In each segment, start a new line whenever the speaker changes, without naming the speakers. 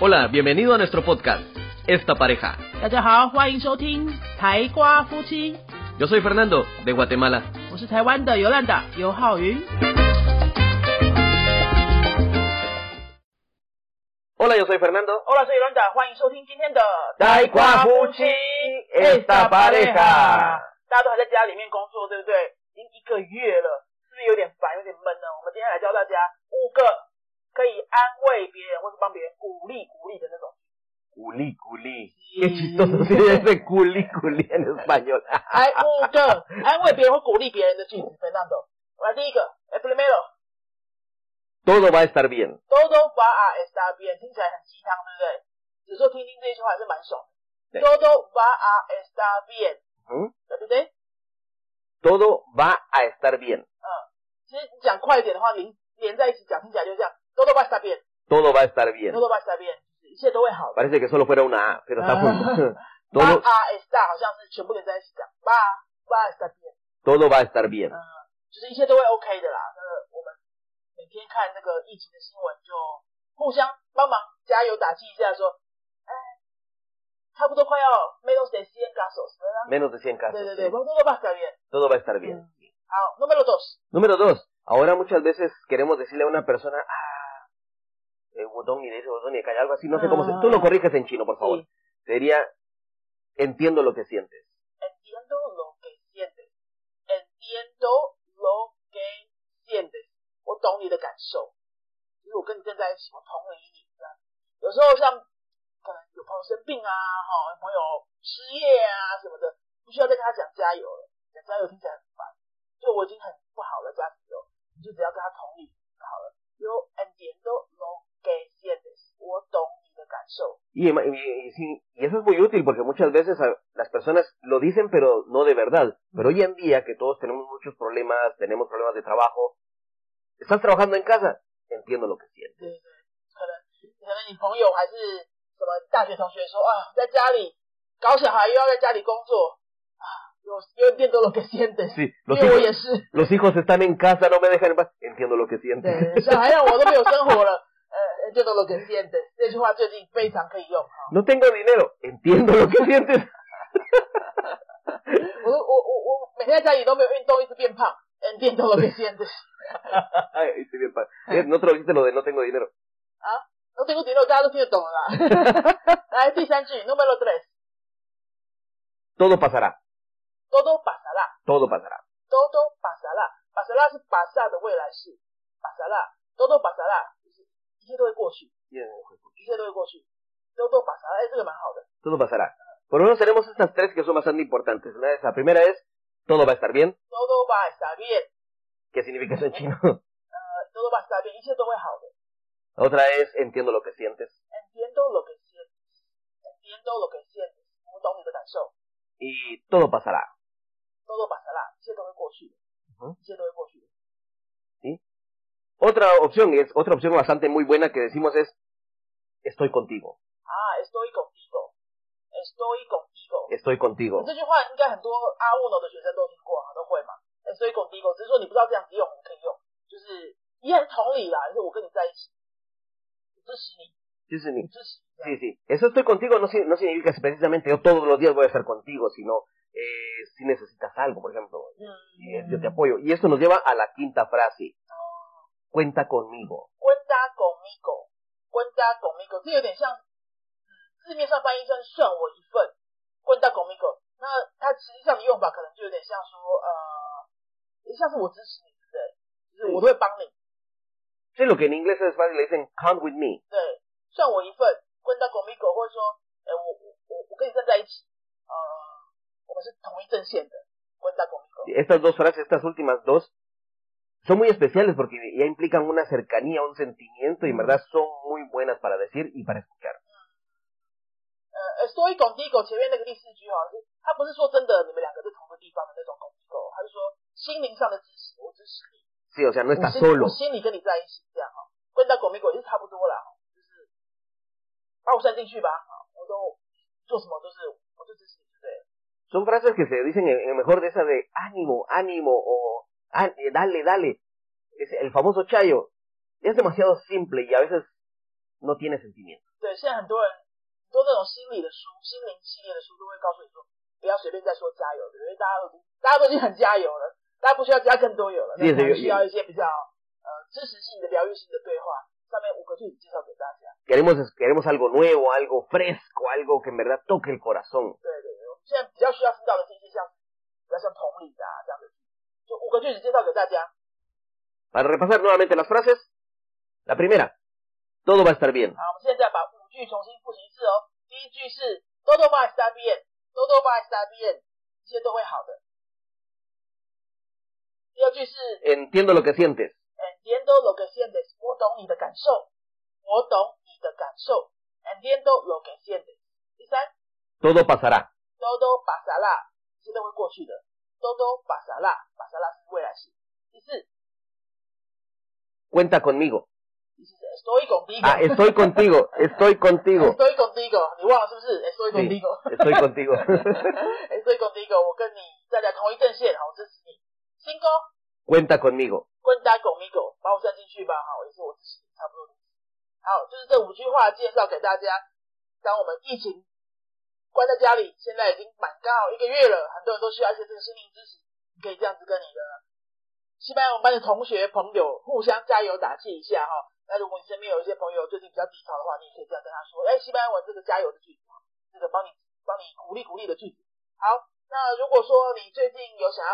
Hola, bienvenido a nuestro podcast, Esta Pareja.
大家好，欢迎收听《台瓜夫妻》，
Yo soy Fernando, de Guatemala.
我是台湾的尤兰达尤浩云。
Hola, yo soy Fernando.
Hola，soy Yolanda，欢迎收听今天的
台瓜夫妻
哎
esta pareja
大家都还在家里面工作，对不对？已经一个月了，是不是有点烦，有点闷呢？我们今天来教大家五个可以安慰别人或是帮别人鼓励鼓励的那 种。
Culi, culi.
Qué chistoso sería ese
culi, culi en español.
来，哎五个安慰别人或鼓励别人的句子，非常多。我来第一个，el primero。
Todo va a estar bien.
Todo va a estar bien，听起来很鸡汤，对不对？只说听听这一句话还是蛮爽的。
对
Todo va a estar bien，
Ujú.
对不对？
Todo va a estar bien.
其实你讲快一点的话，连连在一起讲，听起来就这样。Todo va a estar bien，Todo
Todo va a estar bien.
va a estar bien，一切都会好的。
Parece que solo fuera una A, pero está
Ah.
junto.
Va
Todo,
a estar 好像是全部连在一起讲，va va a estar bien，
todo va a estar bien.
就是一切都会 OK 的啦。那个我们每天看那个疫情的新闻，就互相帮忙加油打气一下，说，哎，差不多快要 menos de cien casos 了啦。
Menos de 100 casos.
对
sí.
对对，我说都把改变。
Todo va a estar bien.
好，number dos，
Número dos. Ahora muchas veces queremos decirle a una persona, ah, eh, botón y de ese botón y de calle", algo así, no sé cómo se... Tú lo corriges en chino, por favor.
嗯
Sería, entiendo lo que sientes.
，entiendo lo que sientes，entiendo lo que sientes，我懂你的感受，就是我跟你正在一起，我同理你的。有时候像可能有朋友生病啊，哈，有朋友失业啊什么的，不需要再跟他讲加油了，讲加油听起来很烦，就我已经很不好了，加油，你就只要跟他同理就好了。Yo entiendo lo que sientes，我懂你的感受。
Y, em- y- y sí, y eso es muy útil porque muchas veces a- las personas lo dicen pero no de verdad. Pero hoy en día que todos tenemos muchos problemas, tenemos problemas de trabajo, estás trabajando en casa, entiendo lo que sientes.
对对，可能可能你朋友还是什么大学同学说啊，在家里搞小孩又要在家里工作啊，有有点多了给现的，
Sí,
因
los
为我也
hijos,
是，
los hijos están en casa, no me dejan en paz, entiendo lo que sientes.
对，小孩让我都没有生活了，呃，就多了给现的这句话最近非常可以用 哈。
No tengo dinero, entiendo lo que sientes.
我都我我我每天在家里都没有运动，一直变胖，嗯，变多了给哦现 的。
Ay, estoy bien padre. Mira, No te lo dijiste lo de no tengo dinero.
我这个节奏大家都听得懂了啦。 来第三句，numero tres，
Todo pasará,
多多巴萨拉。
todo pasará.
多多巴萨拉，巴萨拉是巴萨的未来式，巴萨拉，多多巴萨拉，就是一切都会过去，
Bien,
一切都会过去。多多巴萨拉，哎、这个蛮好的。
Todo pasará. Por lo menos tenemos estas tres que son bastante importantes. La la primera es, todo va a estar bien.
多多巴萨变，
¿Qué significa eso en chino?
多多巴萨变，一切都会好的。
Otra es, entiendo lo que sientes.
Entiendo lo que sientes, entiendo lo que sientes，我懂你的感受。
Y todo pasará.
多多巴萨拉，一切都会过去的
嗯，
一切都会过去的。
Otra opción es, otra opción bastante muy buena que decimos es, estoy contigo,
啊，estoy contigo，estoy contigo。
estoy contigo.
这句话应该很多阿乌诺的学生都听过啊，都会嘛。哎，所以拱低狗，只是说你不知道这样子用可以用，就是也很同理啦，就是我跟你在一起，我支持你，
Sí, sí, sí,
我支持你这样。
sí, sí. Eso estoy contigo no, si- no significa que precisamente yo todos los días voy a estar contigo, sino eh, si necesitas algo, por ejemplo, eh, yo te
嗯
apoyo. Y esto nos lleva a la quinta frase. Cuenta conmigo.
，cuenta conmigo, cuenta conmigo，这有点像，嗯，字面上翻译成算我一份，cuenta conmigo。那它实际上的用法可能就有点像说，呃，也像是我支持你，对不对？就是我都会帮你，
Sí, lo que en inglés es fácil, le dicen come with me.
对，算我一份，关到狗咪狗，或者说，哎、我我我我跟你站在一起，呃，我们是同一阵线的，关到狗咪狗。
Estas dos frases, estas últimas dos, son muy especiales porque ya implican una cercanía, un sentimiento y en verdad son muy buenas para decir y para escuchar.
呃，所以拱第一狗前面那个第四句哈，是他不是说真的你们两个是同个地方的那种拱地狗，他是说心灵上的支持，我支持你，
Sí, o sea, no
我
está
心
solo.
我心里跟你在一起这样哈，关到狗咪狗也是差不多啦，就是把我算进去吧，啊我都做什么都是我就支持你，对。
Son frases que se dicen en, en mejor de esa de ánimo, ánimo o "Ah, eh, dale, dale. Es el famoso chayo. Es demasiado simple y a veces no tiene sentimiento.
对，现在很多人很多那种心理的书、心灵系列的书都会告诉你说，不要随便再说加油了，因为大家都已经大家都已经很加油了，大家不需要加更多油了，
也是
那可能
有
需要一些比较呃支持性的、疗愈性的对话。上面五个句子介绍给大家。
Queremos, queremos algo nuevo, algo fresco, algo que en verdad toque el corazón.
对对对，我们现在比较需要听到的是一些像比较像同理的、啊、这样的句子，就五个句子介绍给大家。
Para repasar nuevamente las frases, la primera, todo va a estar bien.
好，我们现在把五句重新复习一次哦。第一句是 “Todo va a estar bien”，“Todo va a estar bien”，一切都会好的。第二句是
Entiendo lo que sientes.
“Entiendo lo que sientes”，我懂你的感受，我懂你的感受。“Entiendo lo que sientes”。第三
Todo pasará.
，“Todo pasará”，一切都会过去的。“Todo pasará”，“pasará” 是未来式。第四，
Cuenta conmigo.
第四是 “Estoy contigo”。
Ah, estoy contigo, estoy contigo.
啊 Estoy contigo，你 忘了是不是？Estoy contigo。
Estoy contigo.
Estoy contigo，我跟你站在同一阵线，好，我支持你。新哥
Cuenta conmigo.
cuenta conmigo，把我算进去吧，好，也是我支持你，差不多的意思。好，就是这五句话介绍给大家。当我们疫情关在家里，现在已经满刚好一个月了，很多人都需要一些这个心灵支持，你可以这样子跟你的西班牙文班的同学朋友互相加油打气一下哈。那如果你身边有一些朋友最近比较低潮的话，你也可以这样跟他说，哎，西班牙文这个加油的句子，这个帮你帮你鼓励鼓励的句子。好，那如果说你最近有想要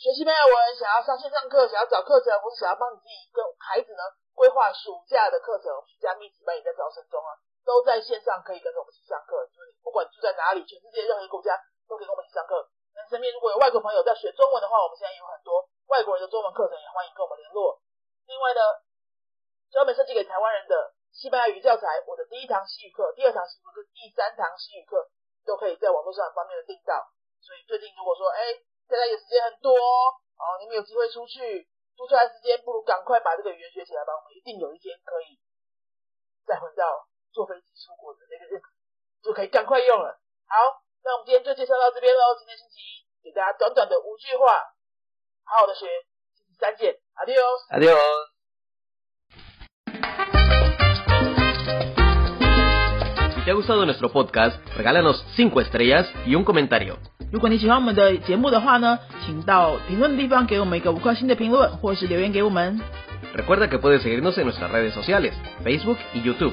学西班牙文，想要上线上课，想要找课程，或是想要帮你自己跟孩子呢规划暑假的课程，暑假密集班也在招生中啊，都在线上可以跟着我们一起上课。就是不管住在哪里，全世界任何一个国家都可以跟我们一起上课。那身边如果有外国朋友在学中文的话，我们现在有很多外国人的中文课程，也欢迎跟我们联络。另外呢，专门设计给台湾人的西班牙语教材，我的第一堂西语课、第二堂西语课跟第三堂西语课都可以在网络上方面的订到。所以最近如果说，哎、现在也时间很多哦，你们有机会出去，多出来时间不如赶快把这个语言学起来吧。我们一定有一天可以再回到坐飞机出国的那个日子，就可以赶快用了。好，那我们今天就介绍到这边喽。今天星期一，给大家短短的五句话，好好的学。星期三见，Adios。
Adiós. Si te ha gustado nuestro podcast, regálanos 5 estrellas y un comentario.
如果你喜欢我们的节目的话呢，请到评论的地方给我们一个五颗星的评论，或是留言给我们。
Recuerda que puedes seguirnos en nuestras redes sociales, Facebook y YouTube.